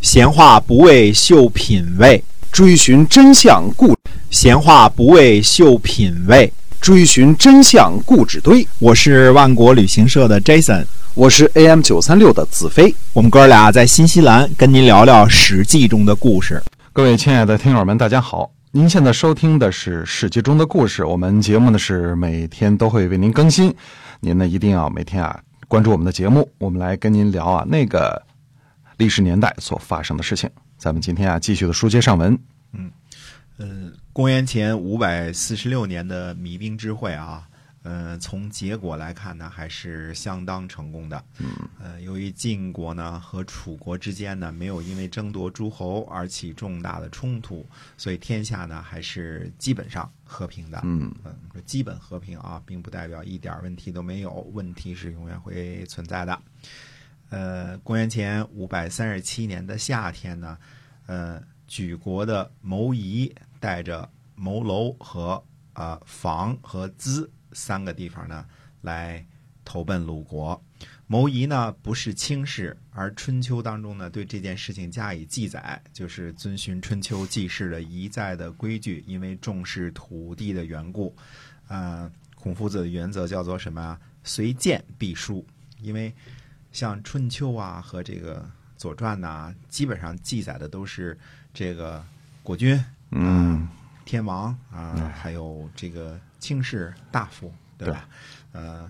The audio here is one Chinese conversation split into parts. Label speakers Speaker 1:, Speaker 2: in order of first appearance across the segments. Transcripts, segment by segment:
Speaker 1: 闲话不为秀品味，
Speaker 2: 追寻真相故
Speaker 1: 闲话不为秀品味。
Speaker 2: 追寻真相故纸堆。
Speaker 1: 我是万国旅行社的 Jason，
Speaker 2: 我是 AM 九三六的子飞。
Speaker 1: 我们哥俩在新西兰跟您聊聊《史记》中的故事。
Speaker 2: 各位亲爱的听友们，大家好！您现在收听的是《史记》中的故事。我们节目呢是每天都会为您更新，您呢一定要每天啊关注我们的节目，我们来跟您聊啊那个历史年代所发生的事情。咱们今天啊继续的书接上文。
Speaker 1: 嗯，公元前五百四十六年的弭兵之会啊，呃，从结果来看呢，还是相当成功的。嗯，呃，由于晋国呢和楚国之间呢没有因为争夺诸侯而起重大的冲突，所以天下呢还是基本上和平的。
Speaker 2: 嗯
Speaker 1: 嗯，说基本和平啊，并不代表一点儿问题都没有，问题是永远会存在的。呃，公元前五百三十七年的夏天呢，呃，举国的谋夷带着谋楼和啊房和资三个地方呢，来投奔鲁国。谋夷呢不是轻视，而春秋当中呢对这件事情加以记载，就是遵循春秋记事的一再的规矩，因为重视土地的缘故。呃，孔夫子的原则叫做什么啊？随见必书，因为像春秋啊和这个左传呐、基本上记载的都是这个国君、啊
Speaker 2: 嗯，
Speaker 1: 天王啊、还有这个卿士、大夫，对吧？呃，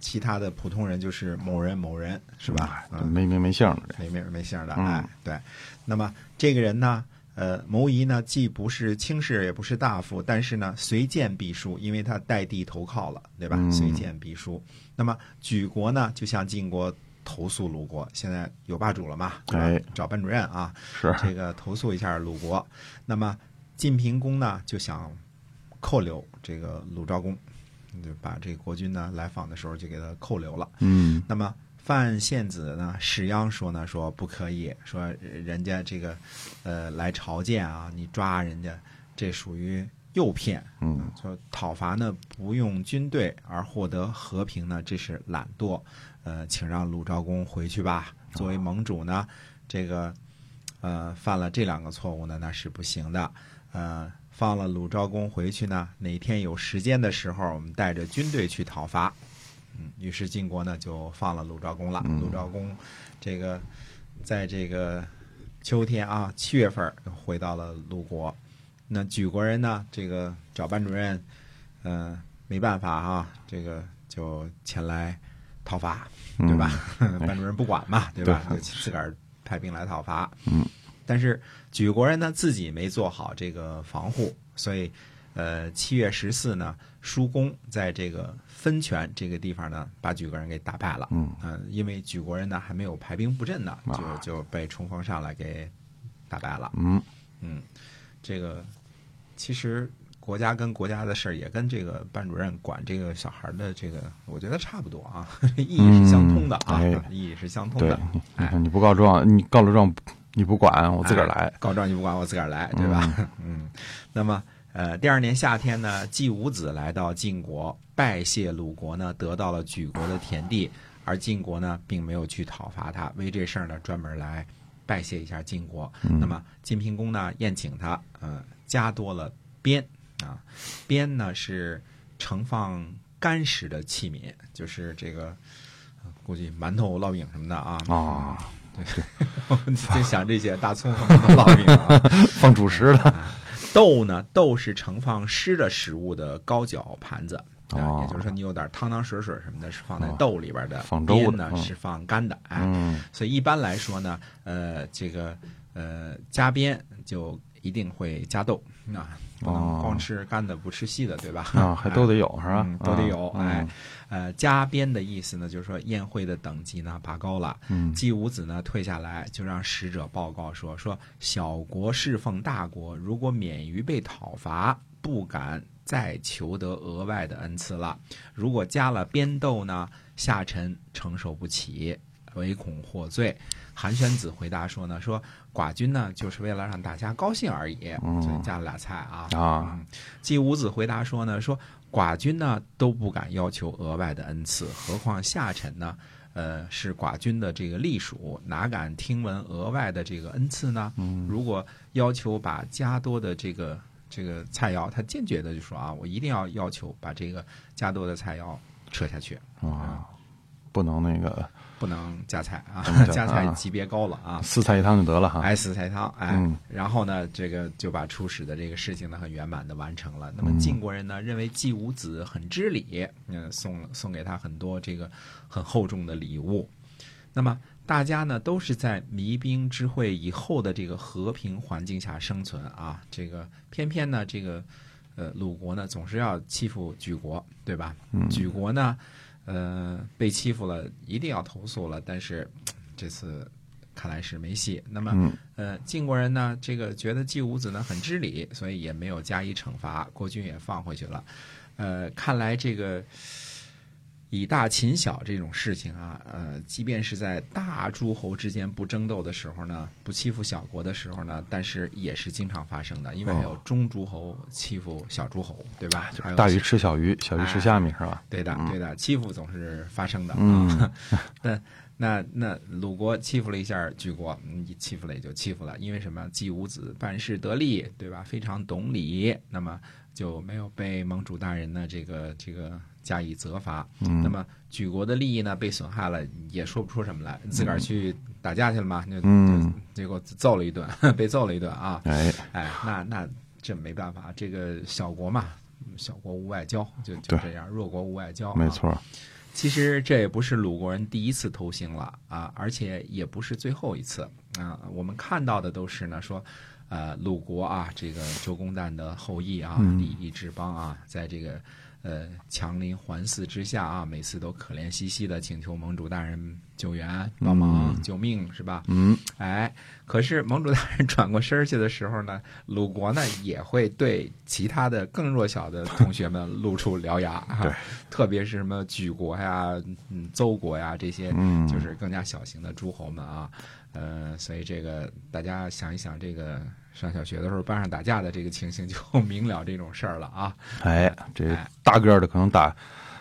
Speaker 1: 其他的普通人就是某人某人，是吧？
Speaker 2: 啊没名没姓的。
Speaker 1: 没名儿没姓儿的，
Speaker 2: 嗯
Speaker 1: 哎，对。那么这个人呢，呃，牟仪呢，既不是卿士，也不是大夫，但是呢，随见必书，因为他代地投靠了，对吧？
Speaker 2: 嗯
Speaker 1: 随见必书。那么举国呢，就向晋国投诉鲁国，现在有霸主了嘛？对吧
Speaker 2: 哎
Speaker 1: 找班主任啊，
Speaker 2: 是
Speaker 1: 这个投诉一下鲁国。那么晋平公呢，就想扣留这个鲁昭公，就把这个国君呢来访的时候就给他扣留了。
Speaker 2: 嗯
Speaker 1: 那么范献子呢，史鞅说呢，说不可以，说呃人家这个呃来朝见啊，你抓人家，这属于诱骗。
Speaker 2: 嗯，
Speaker 1: 说讨伐呢不用军队而获得和平呢，这是懒惰。呃，请让鲁昭公回去吧。
Speaker 2: 哦
Speaker 1: 作为盟主呢，这个呃犯了这两个错误呢，那是不行的。呃，放了鲁昭公回去呢，哪天有时间的时候，我们带着军队去讨伐。嗯，于是晋国呢就放了鲁昭公了。鲁昭公这个在这个秋天啊，七月份儿回到了鲁国。那举国人呢，这个找班主任，呃，没办法啊，这个就前来讨伐，对吧？ 班主任不管嘛，嗯对吧？就自个儿派兵来讨伐。嗯。但是举国人呢自己没做好这个防护，所以，呃，七月十四呢，叔公在这个分泉这个地方呢，把举国人给打败了。
Speaker 2: 嗯啊
Speaker 1: 呃因为举国人呢还没有排兵布阵呢，就就被冲锋上来给打败了。
Speaker 2: 嗯
Speaker 1: 嗯，这个其实国家跟国家的事儿也跟这个班主任管这个小孩儿的这个，我觉得差不多啊， 意义是相通的啊，
Speaker 2: 嗯哎
Speaker 1: 意义是相通
Speaker 2: 对
Speaker 1: 的。，
Speaker 2: 你你看你不告状，你告了状你不管，我自个儿来
Speaker 1: 哎。告状你不管，我自个儿来，对吧？ 嗯，那么呃，第二年夏天呢，季武子来到晋国，拜谢鲁国呢，得到了举国的田地，而晋国呢，并没有去讨伐他，为这事儿呢，专门来拜谢一下晋国。
Speaker 2: 嗯
Speaker 1: 那么晋平公呢，宴请他，呃，加多了鞭啊，鞭呢是盛放干食的器皿，就是这个。呃估计馒头、烙饼什么的啊，
Speaker 2: 啊，
Speaker 1: 我 就想这些大葱和烙饼啊。
Speaker 2: 放主食了。
Speaker 1: 豆呢，豆是盛放湿的食物的高脚盘子，啊
Speaker 2: 哦
Speaker 1: 也就是说你有点汤汤水水什么的，是放在豆里边的。
Speaker 2: 放粥的
Speaker 1: 边呢
Speaker 2: 嗯
Speaker 1: 是放干的，哎，
Speaker 2: 嗯
Speaker 1: 所以一般来说呢，呃，这个呃加边就一定会加豆啊，不能
Speaker 2: 哦
Speaker 1: 光吃干的不吃稀的，对吧？
Speaker 2: 啊，还都得有是吧
Speaker 1: 嗯，？都得有。
Speaker 2: 嗯
Speaker 1: 哎，，呃，加鞭的意思呢，就是说宴会的等级呢拔高了。
Speaker 2: 嗯
Speaker 1: 季武子呢退下来，就让使者报告说：说小国侍奉大国，如果免于被讨伐，不敢再求得额外的恩赐了。如果加了鞭斗呢，下臣承受不起，唯恐获罪。韩宣子回答说呢：说寡君呢，就是为了让大家高兴而已，所以加了俩菜啊。
Speaker 2: 啊
Speaker 1: 嗯，季武子回答说呢：说寡君呢都不敢要求额外的恩赐，何况下臣呢？呃，是寡君的这个隶属，哪敢听闻额外的这个恩赐呢？
Speaker 2: 嗯
Speaker 1: 如果要求把加多的这个这个菜肴，他坚决的就说啊，我一定要要求把这个加多的菜肴撤下去，
Speaker 2: 啊，不能那个
Speaker 1: 不能加菜啊
Speaker 2: 不能，加
Speaker 1: 加
Speaker 2: 菜
Speaker 1: 菜
Speaker 2: 啊
Speaker 1: 级别高了啊，
Speaker 2: 四菜一汤就得了哈。
Speaker 1: 哎，四菜汤，哎，
Speaker 2: 嗯
Speaker 1: 然后呢，这个就把出使的这个事情呢，很圆满的完成了。那么
Speaker 2: 嗯
Speaker 1: 晋国人呢，认为季武子很知礼，嗯，送了送给他很多这个很厚重的礼物。那么大家呢，都是在弭兵之会以后的这个和平环境下生存啊。这个偏偏呢，这个呃鲁国呢，总是要欺负举国，对吧？
Speaker 2: 嗯
Speaker 1: 举国呢，呃，被欺负了，一定要投诉了，但是这次看来是没戏。那么。
Speaker 2: 嗯
Speaker 1: 呃，晋国人呢，这个觉得季武子呢很知礼，所以也没有加以惩罚，国君也放回去了。呃，看来这个以大秦小这种事情啊，呃，即便是在大诸侯之间不争斗的时候呢，不欺负小国的时候呢，但是也是经常发生的，因为还有中诸侯欺负小诸侯，对吧？还有
Speaker 2: 哦大鱼吃小鱼，小鱼吃虾米是吧？
Speaker 1: 对的，对的，欺负总是发生的
Speaker 2: 嗯
Speaker 1: 啊。 那那那鲁国欺负了一下举国，嗯欺负了也就欺负了，因为什么？季武子办事得力，对吧？非常懂礼，那么就没有被盟主大人呢这个这个加以责罚。
Speaker 2: 嗯
Speaker 1: 那么举国的利益呢被损害了，也说不出什么来，自个儿去打架去了嘛，就
Speaker 2: 嗯
Speaker 1: 就结果揍了一顿， 被揍了一顿啊。
Speaker 2: 哎，
Speaker 1: 哎，那那这没办法，这个小国嘛，小国无外交，就就
Speaker 2: 对
Speaker 1: 这样，弱国无外交、啊
Speaker 2: 没。错，
Speaker 1: 其实这也不是鲁国人第一次偷腥了啊，而且也不是最后一次啊。我们看到的都是呢，说，呃，鲁国啊，这个周公旦的后裔啊，
Speaker 2: 嗯
Speaker 1: 礼义之邦啊，在这个呃强邻环伺之下啊，每次都可怜兮兮的请求盟主大人救援、啊帮忙、救命，是吧？
Speaker 2: 嗯，
Speaker 1: 哎，可是盟主大人转过身儿去的时候呢，鲁国呢也会对其他的更弱小的同学们露出獠牙
Speaker 2: 对
Speaker 1: 啊，特别是什么莒国呀、嗯邹国呀这些
Speaker 2: 嗯，
Speaker 1: 就是更加小型的诸侯们啊，呃，所以这个大家想一想，这个上小学的时候班上打架的这个情形就明了这种事儿了啊。
Speaker 2: 哎，这大个儿的可能打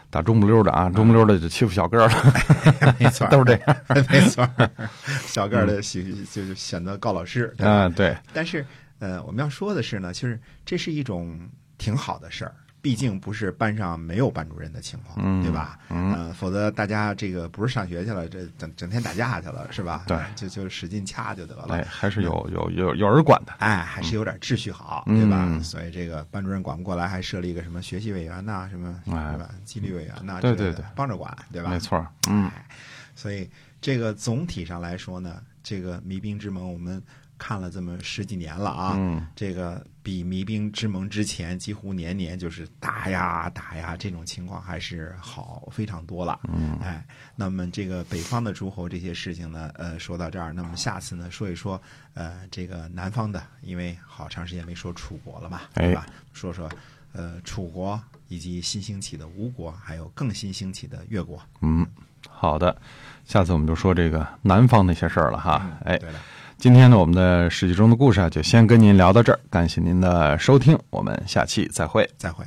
Speaker 2: 打中不溜儿的啊，中不溜儿的就欺负小个儿了，
Speaker 1: 没错儿，
Speaker 2: 都是这样。
Speaker 1: 没错儿。 小个儿的喜就就选择告老师，对吧
Speaker 2: 啊，对，
Speaker 1: 但是，呃，我们要说的是呢，就是这是一种挺好的事儿，毕竟不是班上没有班主任的情况，对吧？嗯、呃，否则大家这个不是上学去了，这整整天打架去了，是吧？
Speaker 2: 对
Speaker 1: 就就使劲掐就得了。
Speaker 2: 哎，还是有有有有人管的。
Speaker 1: 哎，还是有点秩序好，
Speaker 2: 嗯
Speaker 1: 对吧？所以这个班主任管不过来，还设立一个什么学习委员呐、什么对
Speaker 2: 哎
Speaker 1: 吧？纪律委员呐、
Speaker 2: 对
Speaker 1: 之类的
Speaker 2: 对对
Speaker 1: 帮着管，对吧？
Speaker 2: 没错儿，嗯，
Speaker 1: 所以这个总体上来说呢，这个弭兵之盟我们看了这么十几年了啊，
Speaker 2: 嗯
Speaker 1: 这个比弭兵之盟之前几乎年年就是打呀打呀这种情况还是好非常多了。嗯，哎，那么这个北方的诸侯这些事情呢，呃，说到这儿，那么下次呢说一说呃这个南方的，因为好长时间没说楚国了嘛，
Speaker 2: 哎
Speaker 1: 对吧？说说呃楚国。以及新兴起的吴国，还有更新兴起的越国，
Speaker 2: 嗯，好的，下次我们就说这个南方那些事儿了哈。哎，
Speaker 1: 嗯对的，
Speaker 2: 今天呢，我们的史记中的故事啊，就先跟您聊到这儿，感谢您的收听，我们下期再会。
Speaker 1: 再会。